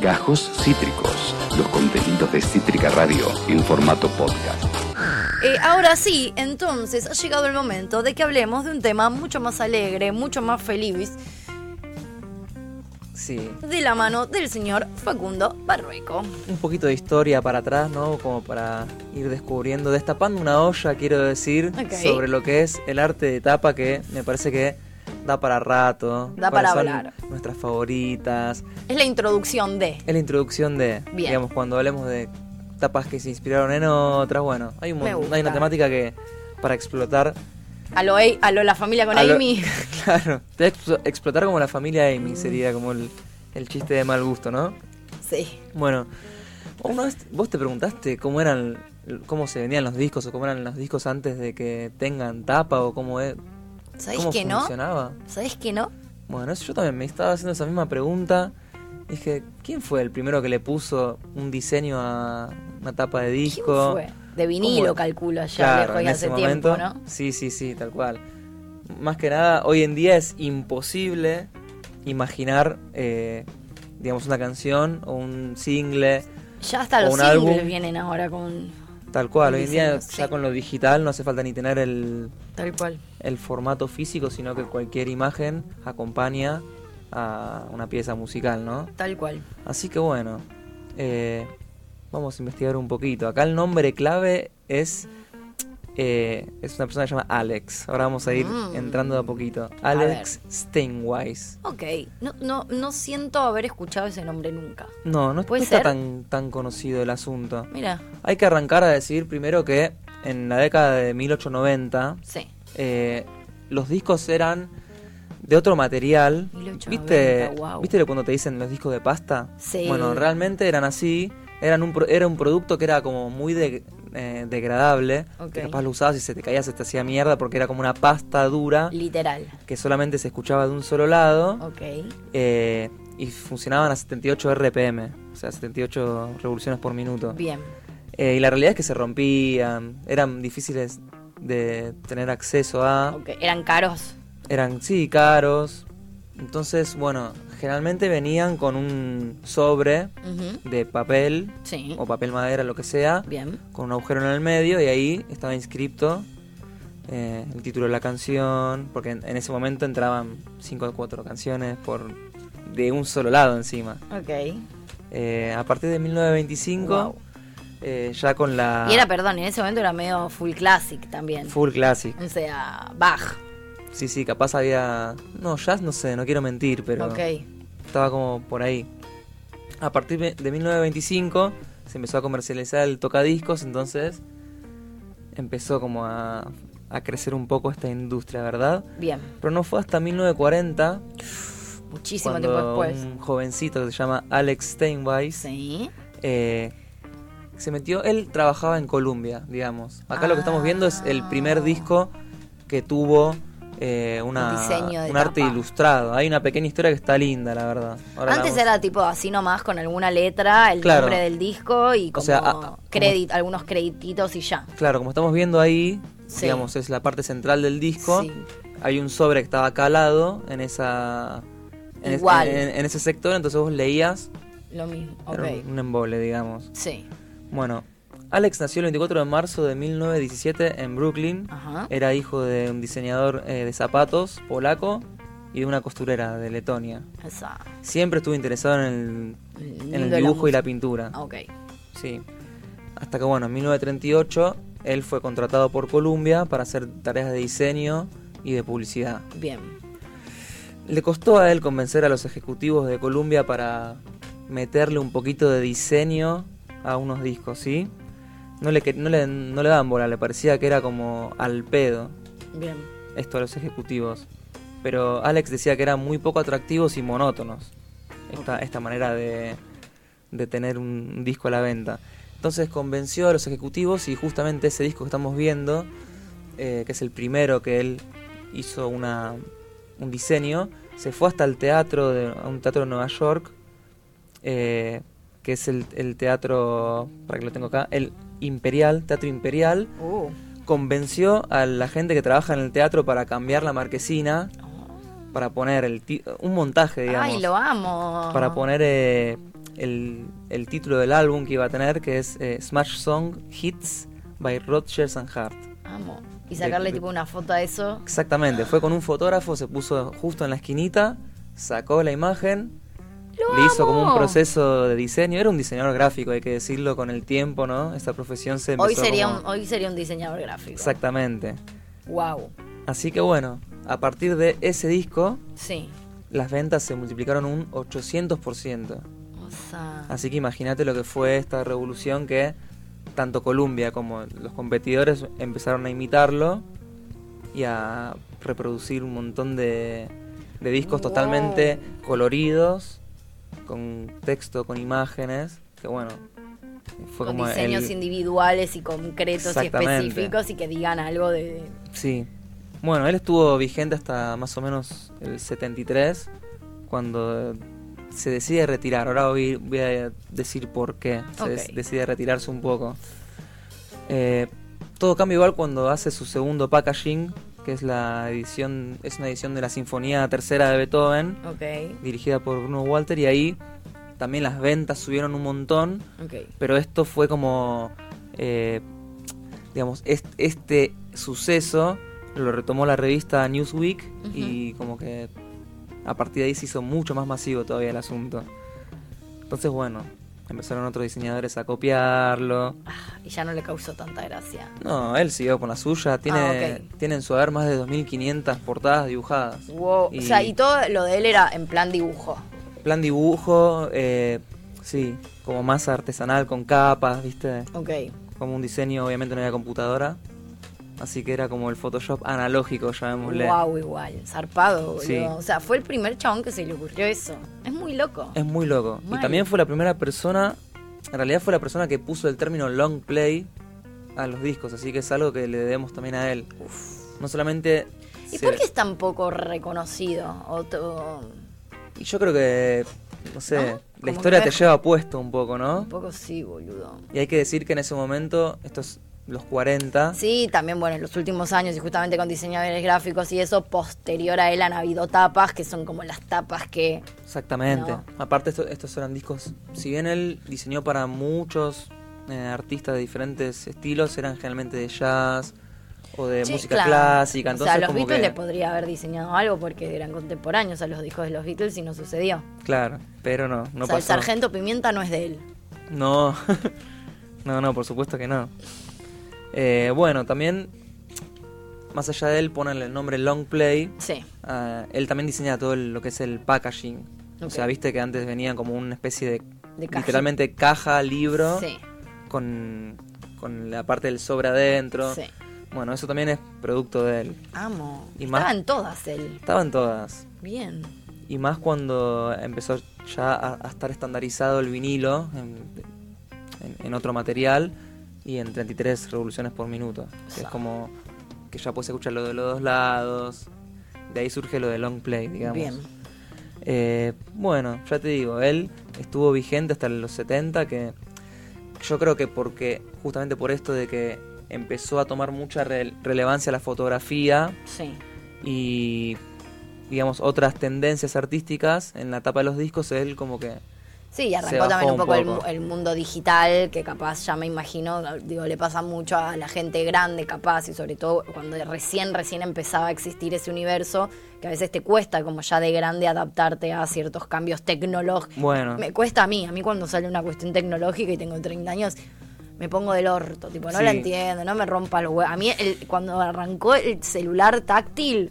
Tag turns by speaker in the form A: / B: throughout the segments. A: Gajos Cítricos, los contenidos de Cítrica Radio en formato podcast.
B: Eh, ahora sí, entonces ha llegado el momento de que hablemos de un tema mucho más alegre, mucho más feliz,
C: Sí.
B: de la mano del señor Facundo Barrueco.
C: Un poquito de historia para atrás, ¿no? Como para ir descubriendo, destapando una olla, quiero decir,
B: Ok.
C: sobre lo que es el arte de tapa que me parece que da para rato.
B: Da
C: cuáles
B: para
C: son
B: hablar.
C: Nuestras favoritas.
B: Es la introducción de.
C: Es la introducción de,
B: Bien.
C: digamos, cuando hablemos de tapas que se inspiraron en otras. Bueno, hay, un,
B: Me
C: mon-
B: gusta.
C: hay una temática que para explotar.
B: A lo, a lo la familia con
C: a lo-
B: Amy.
C: claro, te explo- explotar como la familia Amy sería como el, el chiste de mal gusto, ¿no?
B: Sí.
C: Bueno, una vez vos te preguntaste cómo eran, cómo se vendían los discos o cómo eran los discos antes de que tengan tapa o cómo es,
B: ¿Sabés
C: cómo
B: que no?
C: funcionaba.
B: ¿Sabés que no?
C: Bueno, eso yo también me estaba haciendo esa misma pregunta. Dije, ¿quién fue el primero que le puso un diseño a una tapa de
B: ¿Quién
C: disco?
B: fue? De vinilo,
C: ¿Cómo?
B: calculo, ya lejos
C: Claro,
B: y
C: en
B: hace
C: ese
B: tiempo,
C: momento.
B: ¿no?
C: Sí, sí, sí, tal cual. Más que nada, hoy en día es imposible imaginar, eh, digamos, una canción o un single
B: Ya hasta
C: O
B: los
C: un
B: singles
C: álbum.
B: vienen ahora con
C: Tal cual, hoy en día
B: Diciendo,
C: ya
B: sí.
C: con lo digital no hace falta ni tener el,
B: tal cual.
C: el formato físico, sino que cualquier imagen acompaña a una pieza musical, ¿no?
B: Tal cual.
C: Así que bueno, eh, vamos a investigar un poquito. Acá el nombre clave es, eh, es una persona que se llama Alex. Ahora vamos a ir
B: Mm.
C: entrando de a poquito. Alex Steinweiss.
B: Ok, no, no, no siento haber escuchado ese nombre nunca.
C: No, no, no
B: ¿Puede
C: está
B: ser?
C: tan, tan conocido el asunto.
B: Mira,
C: Hay que arrancar a decir primero que en la década de 1890
B: sí.
C: eh, los discos eran de otro material.
B: 1890,
C: ¿Viste,
B: guau.
C: ¿Viste lo cuando te dicen los discos de pasta?
B: Sí.
C: Bueno, realmente eran así. Eran un, pro- era un producto que era como muy de- eh, degradable.
B: Ok.
C: Que capaz lo usabas y se te caía, se te hacía mierda porque era como una pasta dura
B: Literal.
C: que solamente se escuchaba de un solo lado.
B: Ok.
C: eh, y funcionaban a 78 RPM, o sea, 78 revoluciones por minuto.
B: Bien.
C: Eh, y la realidad es que se rompían, eran difíciles de tener acceso a,
B: Ok, Eran caros.
C: eran sí caros. Entonces, bueno, generalmente venían con un sobre
B: Ujú. Oh.
C: de papel
B: Sí.
C: o papel madera, lo que sea,
B: Bien.
C: con un agujero en el medio y ahí estaba inscripto eh, el título de la canción, porque en, en ese momento entraban cinco o cuatro canciones por de un solo lado encima.
B: Ok.
C: Eh, a partir de 1925,
B: Wow.
C: eh, ya con la...
B: Y era, perdón, en ese momento era medio full classic también.
C: Full classic.
B: O sea, Bach.
C: Sí, sí, capaz había... No, jazz no sé, no quiero mentir, pero
B: Ok.
C: estaba como por ahí. A partir de de 1925 se empezó a comercializar el tocadiscos, entonces empezó como a, a crecer un poco esta industria, ¿verdad?
B: Bien.
C: Pero no fue hasta 1940
B: Muchísimo tiempo
C: cuando
B: después.
C: un jovencito que se llama Alex Steinweiss
B: Sí.
C: eh, se metió, él trabajaba en Colombia, digamos. Acá lo que estamos viendo es el
B: Ah.
C: primer disco que tuvo eh, una,
B: Un diseño de
C: un arte
B: tapa.
C: ilustrado. Hay una pequeña historia que está linda, la verdad. Ahora la
B: Antes
C: vamos-
B: era tipo así nomás con alguna letra, el
C: Claro.
B: nombre del disco y
C: O
B: como
C: sea, ah, a- a-
B: credit, algunos credititos y ya.
C: Claro, como estamos viendo ahí,
B: Sí.
C: digamos, es la parte central del disco.
B: Sí.
C: Hay un sobre que estaba calado en esa... En, es-
B: Igual.
C: en- en ese sector, entonces vos leías,
B: Lo mismo. Ok.
C: era un- un embole, digamos.
B: Sí.
C: Bueno, Alex nació el 24 de marzo de 1917 en Brooklyn.
B: Ajá.
C: Era hijo de un diseñador eh, de zapatos polaco y de una costurera de Letonia.
B: Esa.
C: Siempre estuvo interesado en
B: El
C: el, en
B: mundo de
C: el
B: la
C: dibujo y
B: música.
C: la pintura.
B: Ok.
C: Sí. Hasta que, bueno, en 1938 él fue contratado por Columbia para hacer tareas de diseño y de publicidad.
B: Bien.
C: Le costó a él convencer a los ejecutivos de Columbia para meterle un poquito de diseño a unos discos, ¿sí? No le, que- no le, no le daban bola, le parecía que era como al pedo
B: Bien.
C: esto a los ejecutivos. Pero Alex decía que eran muy poco atractivos y monótonos. Esta, esta manera de, de tener un disco a la venta. Entonces convenció a los ejecutivos y justamente ese disco que estamos viendo, eh, que es el primero que él hizo una, un diseño, se fue hasta el teatro, de, a un teatro de Nueva York, eh, que es el, el teatro, para que lo tengo acá, el Imperial, Teatro Imperial,
B: Uh.
C: convenció a la gente que trabaja en el teatro para cambiar la marquesina, para poner el ti- un montaje, digamos,
B: Ay, lo amo.
C: para poner eh, el, el título del álbum que iba a tener, que es eh, Smash Song Hits by Rodgers and Hart.
B: Amo. Y sacarle
C: de-
B: tipo una foto a eso.
C: Exactamente, fue con un fotógrafo, se puso justo en la esquinita, sacó la imagen,
B: ¡Lo
C: le hizo como un
B: amo!
C: proceso de diseño. Era un diseñador gráfico, hay que decirlo, con el tiempo, ¿no? Esta profesión se empezó
B: Hoy sería,
C: como-
B: un, hoy sería un diseñador gráfico.
C: Exactamente.
B: Wow.
C: Así que bueno, a partir de ese disco,
B: Sí.
C: las ventas se multiplicaron un 800%.
B: O sea,
C: Así que imagínate lo que fue esta revolución que tanto Colombia como los competidores empezaron a imitarlo y a reproducir un montón de, de discos
B: Wow.
C: totalmente coloridos, con texto, con imágenes, que bueno, fue
B: con
C: como
B: diseños
C: el-
B: individuales y concretos y
C: Exactamente.
B: específicos y que digan algo de...
C: Sí. Bueno, él estuvo vigente hasta más o menos el 73, cuando eh, se decide retirar. Ahora voy, voy a decir por qué. Se
B: Ok.
C: des- decide retirarse un poco. Eh, todo cambia igual cuando hace su segundo packaging, que es la edición, es una edición de la Sinfonía Tercera de Beethoven,
B: Ok,
C: dirigida por Bruno Walter, y ahí también las ventas subieron un montón
B: ok.
C: pero esto fue como, eh, digamos, est- este suceso lo retomó la revista Newsweek y como que a partir de ahí se hizo mucho más masivo todavía el asunto. Entonces, bueno, empezaron otros diseñadores a copiarlo.
B: Ah, y ya no le causó tanta gracia.
C: No, él siguió con la suya, tiene,
B: Ah, ok.
C: tiene en su haber más de 2.500 portadas dibujadas.
B: Wow.
C: Y
B: O sea, y todo lo de él era en plan dibujo.
C: Plan dibujo, eh, sí, como más artesanal, con capas, ¿viste?
B: Ok.
C: como un diseño obviamente no era computadora, así que era como el Photoshop analógico, llamémosle.
B: Wow, igual. Zarpado, boludo.
C: Sí.
B: O sea, fue el primer chabón que se le ocurrió eso. Es muy loco.
C: Es muy loco.
B: Mal.
C: Y también fue la primera persona, en realidad fue la persona que puso el término long play a los discos, así que es algo que le debemos también a él. No solamente...
B: ¿Y
C: se-
B: por qué es tan poco reconocido? O to-
C: Y yo creo que, no sé,
B: como
C: la
B: que
C: historia
B: no
C: te
B: es-
C: lleva puesto un poco, ¿no?
B: Un poco sí, boludo.
C: Y hay que decir que en ese momento, estos los 40,
B: Sí, también, bueno, en los últimos años y justamente con diseñadores gráficos y eso, posterior a él han habido tapas que son como las tapas que.
C: Exactamente.
B: No.
C: Aparte, esto- estos eran discos. Si bien él diseñó para muchos eh, artistas de diferentes estilos, eran generalmente de jazz o de
B: Sí,
C: música
B: claro.
C: clásica.
B: O
C: Entonces,
B: sea, a los
C: como
B: Beatles
C: que-
B: le podría haber diseñado algo porque eran contemporáneos a los discos de los Beatles y no sucedió.
C: Claro, pero no, no
B: o sea, el
C: pasó.
B: Sargento Pimienta no es de él.
C: No, no, no, por supuesto que no. Eh, bueno, también, más allá de él, ponen el nombre Long Play.
B: Sí.
C: Ah, él también diseña todo el- lo que es el packaging. O
B: Ok.
C: sea, viste que antes venían como una especie de,
B: De caja.
C: literalmente caja, libro,
B: Sí.
C: con, con la parte del sobre adentro.
B: Sí.
C: Bueno, eso también es producto de él.
B: Amo.
C: Y más-
B: Estaban todas él.
C: Estaban todas.
B: Bien.
C: Y más cuando empezó ya a, a estar estandarizado el vinilo en, en- en otro material y en 33 revoluciones por minuto. Que es como que ya puedes escuchar lo de los dos lados. De ahí surge lo de long play, digamos.
B: Bien.
C: Eh, bueno, ya te digo, él estuvo vigente hasta los 70, que yo creo que porque justamente por esto de que empezó a tomar mucha rele- relevancia la fotografía
B: Sí.
C: y digamos otras tendencias artísticas en la tapa de los discos, él como que
B: Sí, y
C: Se
B: arrancó
C: bajó
B: también un
C: un
B: poco, el
C: poco.
B: mu- El, mundo digital, que capaz ya me imagino, digo, le pasa mucho a la gente grande, capaz, y sobre todo cuando recién, recién empezaba a existir ese universo, que a veces te cuesta como ya de grande adaptarte a ciertos cambios tecnológicos.
C: Bueno.
B: Me cuesta a mí, a mí cuando sale una cuestión tecnológica y tengo 30 años, me pongo del orto, tipo, no
C: Sí.
B: la entiendo, no me rompa los huevos. A mí el- cuando arrancó el celular táctil...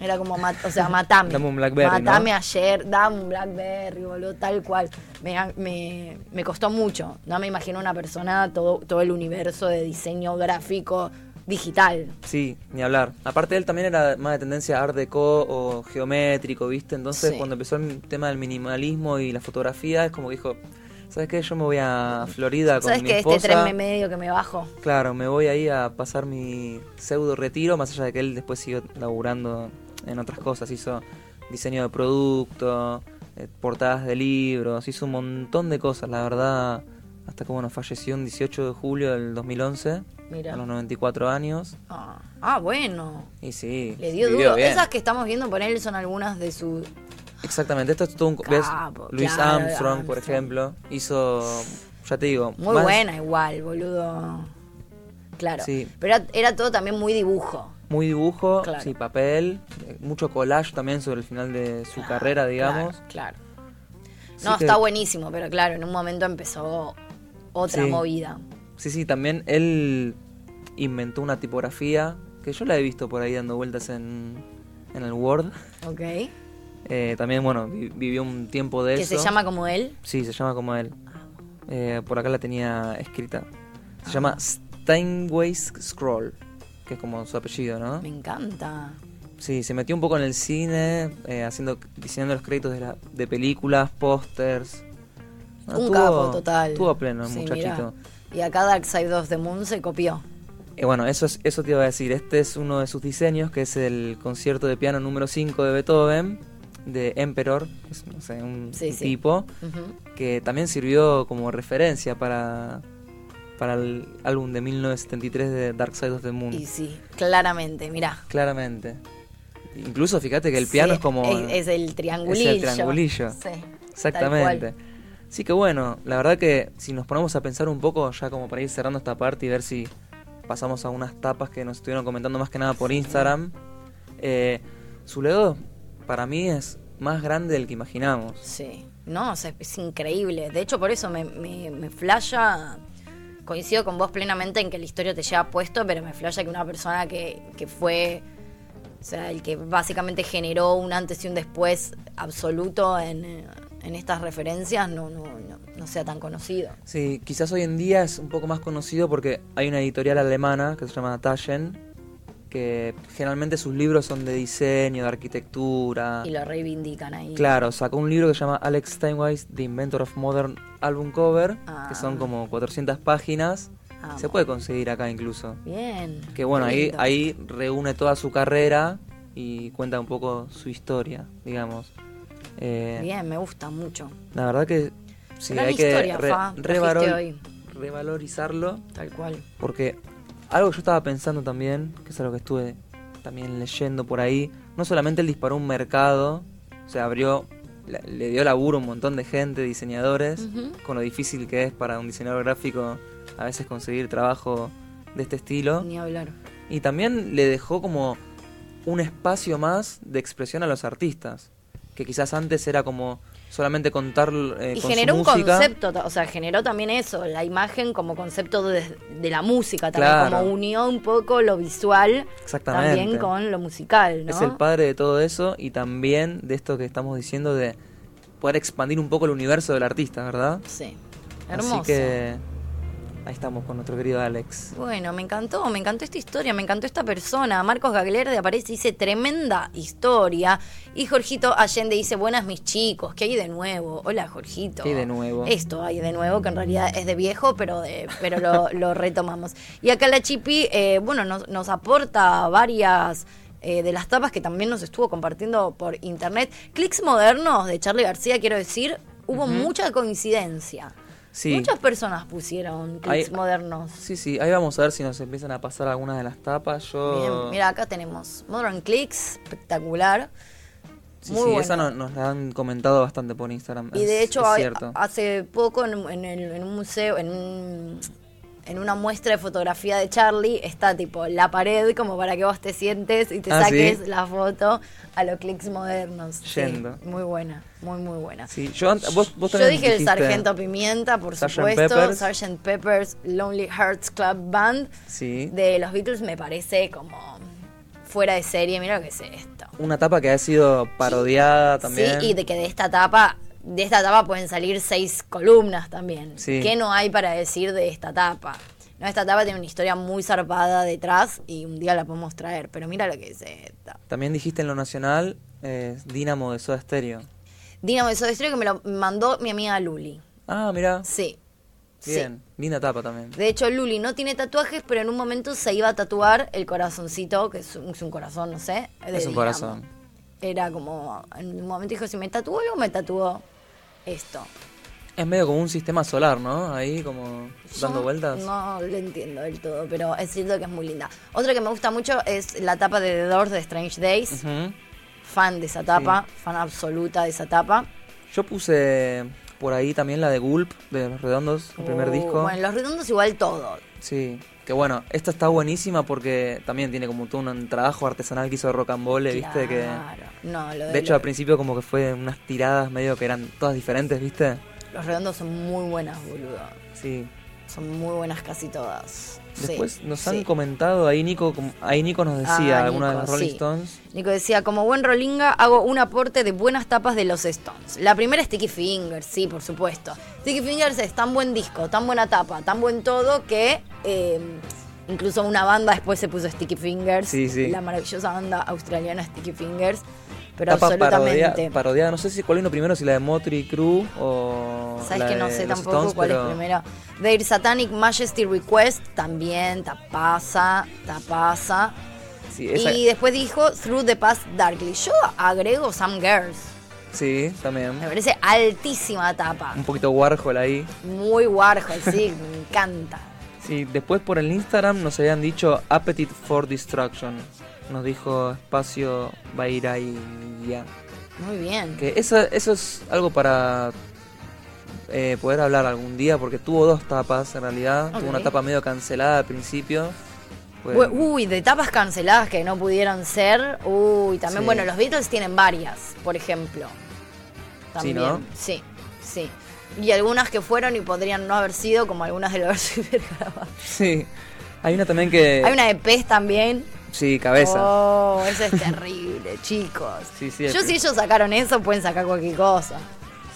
B: Era como, mat- o sea, matame.
C: Dame un Blackberry, ¿no?
B: Matame ayer, dame un Blackberry, boludo, tal cual. Me, me- me costó mucho. No me imagino una persona, todo, todo el universo de diseño gráfico digital.
C: sí, ni hablar. Aparte él también era más de tendencia art deco o geométrico, ¿viste? Entonces
B: Sí.
C: cuando empezó el tema del minimalismo y la fotografía, es como que dijo, ¿sabes qué? Yo me voy a Florida con
B: ¿Sabes
C: mi
B: que
C: esposa.
B: este tren me medio que me bajo?
C: Claro, me voy ahí a pasar mi pseudo retiro, más allá de que él después siguió laburando en otras cosas, hizo diseño de producto, eh, portadas de libros, hizo un montón de cosas, la verdad, hasta que bueno, falleció un 18 de julio del 2011,
B: Mira.
C: a los 94 años,
B: Ah, ah, bueno.
C: y sí,
B: Le dio
C: vivió
B: duro.
C: bien.
B: Esas que estamos viendo por él son algunas de sus.
C: Exactamente, esto es todo un... ¿ves?
B: Capo,
C: Louis
B: claro,
C: Armstrong, por
B: Armstrong.
C: ejemplo, hizo, ya te digo...
B: Muy
C: más-
B: buena igual, boludo. Claro.
C: Sí.
B: Pero era, era todo también muy dibujo.
C: Muy dibujo,
B: Claro.
C: sí, papel, eh, mucho collage también sobre el final de su carrera, digamos.
B: Ah, Claro. claro.
C: Sí
B: No,
C: que-
B: está buenísimo, pero claro, en un momento empezó otra
C: Sí.
B: movida.
C: Sí, sí, también él inventó una tipografía que yo la he visto por ahí dando vueltas en, en el Word.
B: ¿Ok?
C: Eh, también, bueno, vi- vivió un tiempo de
B: Que
C: eso.
B: se llama Ah, como él.
C: Sí, se llama como él. Eh, por acá la tenía escrita. Se
B: Ah.
C: llama Steinway's Scroll, que es como su apellido, ¿no?
B: Me encanta.
C: Sí, se metió un poco en el cine, eh, haciendo, diseñando los créditos de, la- de películas, pósters. No,
B: un
C: estuvo-
B: capo total.
C: Estuvo a pleno, el
B: Sí, mirá.
C: muchachito.
B: Y acá Darkseid 2 de Moon se copió.
C: Eh, bueno, eso, es- eso te iba a decir. Este es uno de sus diseños, que es el concierto de piano número 5 de Beethoven, de Emperor, es, no sé, un,
B: Sí,
C: un
B: sí.
C: tipo,
B: Ujú.
C: que también sirvió como referencia para, para el álbum de 1973 de Dark Side of the Moon.
B: Y sí, claramente, mirá.
C: Claramente. Incluso fíjate que el piano
B: Sí,
C: es como...
B: Es, es el triangulillo.
C: Es el triangulillo.
B: Sí. tal cual.
C: Exactamente. Así que bueno, la verdad que si nos ponemos a pensar un poco, ya como para ir cerrando esta parte y ver si pasamos a unas tapas que nos estuvieron comentando más que nada por Instagram, eh, su legado para mí es más grande del que imaginamos.
B: Sí, no, o sea, es increíble. De hecho, por eso me, me, me flasha. Coincido con vos plenamente en que la historia te lleva puesto, pero me flasha que una persona que, que fue. O sea, el que básicamente generó un antes y un después absoluto en, eh, en estas referencias no, no, no, no sea tan conocido.
C: Sí, quizás hoy en día es un poco más conocido porque hay una editorial alemana que se llama Taschen, que generalmente sus libros son de diseño, de arquitectura.
B: Y lo reivindican ahí.
C: Ah. Claro, sacó un libro que se llama Alex Steinweiss, The Inventor of Modern Album Cover,
B: Ah.
C: que son como 400 páginas.
B: Ah,
C: Se puede conseguir acá incluso.
B: Bien.
C: Que bueno, ahí,
B: lindo.
C: ahí reúne toda su carrera y cuenta un poco su historia, digamos. Eh,
B: Bien, me gusta mucho.
C: la verdad que sí,
B: Gran
C: hay que
B: historia, Fa,
C: revalor-
B: trajiste hoy.
C: revalorizarlo
B: Tal cual.
C: porque algo que yo estaba pensando también, que es algo que estuve también leyendo por ahí, no solamente él disparó un mercado, se abrió, la- le dio laburo a un montón de gente, diseñadores, con lo difícil que es para un diseñador gráfico a veces conseguir trabajo de este estilo,
B: Ni hablar.
C: y también le dejó como un espacio más de expresión a los artistas, que quizás antes era como solamente contar eh,
B: Y
C: con su
B: generó un
C: música.
B: concepto, ta- o sea, generó también eso, la imagen como concepto de, de la música, también
C: Claro.
B: como unió un poco lo visual
C: Exactamente.
B: también con lo musical, ¿no?
C: Es el padre de todo eso y también de esto que estamos diciendo de poder expandir un poco el universo del artista, ¿verdad?
B: Sí, hermoso.
C: Así que ahí estamos con nuestro querido Alex.
B: Bueno, me encantó, me encantó esta historia, me encantó esta persona. Marcos Gagler de Aparece dice tremenda historia. Y Jorgito Allende dice, buenas mis chicos, ¿qué hay de nuevo? Hola Jorgito.
C: ¿Qué hay de nuevo?
B: Esto hay de nuevo, que en realidad es de viejo, pero, de- pero lo, lo retomamos. Y acá la Chipi, eh, bueno, nos, nos aporta varias... eh, de las tapas que también nos estuvo compartiendo por internet. Clics modernos de Charlie García, quiero decir, hubo mucha coincidencia.
C: Sí.
B: Muchas personas pusieron clics
C: Ahí-
B: modernos.
C: Sí, sí, ahí vamos a ver si nos empiezan a pasar algunas de las tapas. Yo...
B: Bien, mira, acá tenemos Modern Clicks, espectacular.
C: sí,
B: muy
C: sí,
B: bueno.
C: esa no- nos la han comentado bastante por Instagram.
B: Y de
C: es-
B: hecho,
C: es
B: hay-
C: cierto.
B: hace poco en, en el- en un museo, en, un- en una muestra de fotografía de Charlie, está tipo la pared como para que vos te sientes y te
C: Ah,
B: saques
C: ¿sí?
B: la foto a los clics modernos. Sí,
C: Yendo.
B: muy buena, muy, muy buena.
C: Sí, yo, ant- vos, vos
B: Yo
C: también
B: dije el
C: dijiste-
B: Sargento Pimienta, por
C: Sgt.
B: supuesto,
C: Peppers.
B: Sargent Peppers, Lonely Hearts Club Band
C: Sí.
B: de los Beatles me parece como fuera de serie. Mira lo que es esto.
C: Una tapa que ha sido parodiada también.
B: Sí, y de que de esta etapa, de esta etapa pueden salir seis columnas también.
C: Sí.
B: ¿Qué no hay para decir de esta etapa? No, esta etapa tiene una historia muy zarpada detrás y un día la podemos traer, pero mira lo que es esta.
C: También dijiste en lo nacional, eh, Dínamo de Soda Stereo.
B: Dínamo de Soda Stereo que me lo mandó mi amiga Luli.
C: Ah, mira.
B: Sí. Sí.
C: Bien, linda tapa también.
B: De hecho, Luli no tiene tatuajes, pero en un momento se iba a tatuar el corazoncito, que es un, es un corazón, no sé. de
C: Es un
B: Dinamo.
C: corazón.
B: Era como, en un momento dijo, si me tatuó algo, me tatuó esto.
C: Es medio como un sistema solar, ¿no? Ahí como dando
B: Yo
C: vueltas.
B: No lo entiendo del todo, pero es cierto que es muy linda. Otra que me gusta mucho es la tapa de The Doors de Strange Days,
C: Ujú.
B: fan de esa etapa, fan absoluta de esa etapa.
C: Yo puse por ahí también la de Gulp, de Los Redondos, el primer
B: Uh,
C: disco.
B: Bueno, Los Redondos igual todo.
C: Sí, que bueno, esta está buenísima porque también tiene como todo un, trabajo artesanal que hizo Rocambole, ¿viste? Que
B: Claro. No, lo de,
C: de hecho al principio como que fue unas tiradas medio que eran todas diferentes, ¿viste?
B: Los Redondos son muy buenas, boludo.
C: Sí.
B: Son muy buenas casi todas. Sí,
C: Después nos han
B: sí.
C: comentado, ahí Nico, com- ahí Nico nos decía,
B: Ah,
C: alguna de
B: Nico,
C: las Rolling
B: sí.
C: Stones.
B: Nico decía, como buen rolinga, hago un aporte de buenas tapas de los Stones. La primera es Sticky Fingers, sí, por supuesto. Sticky Fingers es tan buen disco, tan buena tapa, tan buen todo que eh, incluso una banda después se puso Sticky Fingers.
C: Sí, sí.
B: La maravillosa banda australiana Sticky Fingers. Pero
C: Tapa
B: absolutamente.
C: parodia- parodiada, no sé si cuál vino primero, si la de Motri Crew o.
B: Sabes
C: la
B: que no
C: de
B: sé
C: los
B: tampoco
C: Stones,
B: cuál
C: pero-
B: es primero. Their Satanic Majesty Request también, tapaza, tapaza.
C: Sí, esa-
B: Y después dijo Through the Past Darkly. Yo agrego Some Girls.
C: sí, también.
B: Me parece altísima tapa.
C: Un poquito Warhol ahí.
B: Muy Warhol, sí, me encanta.
C: Sí, después por el Instagram nos habían dicho Appetite for Destruction. Nos dijo Espacio Bairaya.
B: Muy bien.
C: Que eso, eso es algo para eh, poder hablar algún día, porque tuvo dos tapas en realidad. Tuvo
B: Ok.
C: una
B: uh.
C: tapa medio cancelada al principio. Pues,
B: Bu- Uy, de tapas canceladas que no pudieron ser. Uy, también,
C: Sí.
B: bueno, los Beatles tienen varias, por ejemplo.
C: Sí,
B: También.
C: ¿no?
B: sí, sí. Y algunas que fueron y podrían no haber sido, como algunas de los Vergara.
C: sí. Hay una también que.
B: Hay una de Pez también.
C: Sí, Eh. cabeza.
B: Oh, eso es terrible, chicos.
C: Sí, sí,
B: Yo
C: es-
B: si ellos sacaron eso, pueden sacar cualquier cosa.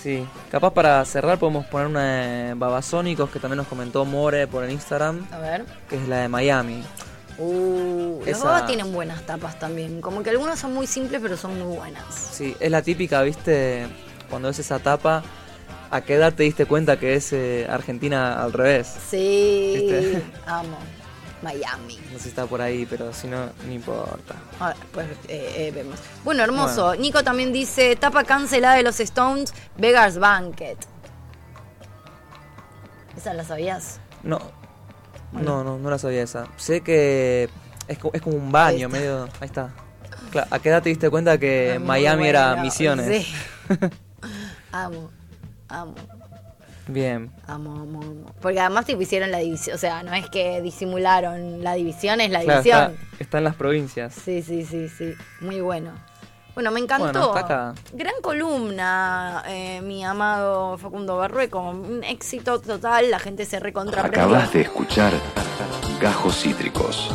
C: Sí. Capaz para cerrar podemos poner una de Babasónicos que también nos comentó More por el Instagram,
B: A ver.
C: que es la de Miami.
B: Uh, los
C: Esa-
B: babas tienen buenas tapas también. Como que algunas son muy simples, pero son muy buenas.
C: Sí, es la típica, viste, cuando ves esa tapa, ¿a qué edad te diste cuenta que es eh, Argentina al revés?
B: Sí,
C: ¿Viste?
B: amo. Miami.
C: No sé si está por ahí, pero si no, no importa.
B: Ahora, pues eh, eh, vemos. Bueno, hermoso. Nico también dice, tapa cancelada de los Stones, Vegas Banquet. ¿Esa la sabías?
C: No, no, no, no la sabía esa. Sé que es, co- es como un baño,
B: Ahí está. Ah,
C: medio... Ahí está. Claro, ¿a qué edad te diste cuenta que
B: Muy
C: Eh, Miami era
B: buena.
C: Misiones?
B: Sí. amo, amo.
C: Bien.
B: Amo, amo, amo. Porque además te hicieron la división. O sea, no es que disimularon. La división es la
C: Claro,
B: división.
C: está, está en las provincias.
B: Sí, sí, sí, sí. Muy bueno. Bueno, me encantó.
C: Bueno, hasta acá.
B: Gran columna, eh, mi amado Facundo Barrueco. Un éxito total, la gente se recontraprendió.
A: Acabas de escuchar Gajos Cítricos.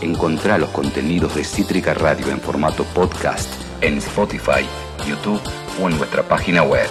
A: Encontrá los contenidos de Cítrica Radio en formato podcast en Spotify, YouTube o en nuestra página web.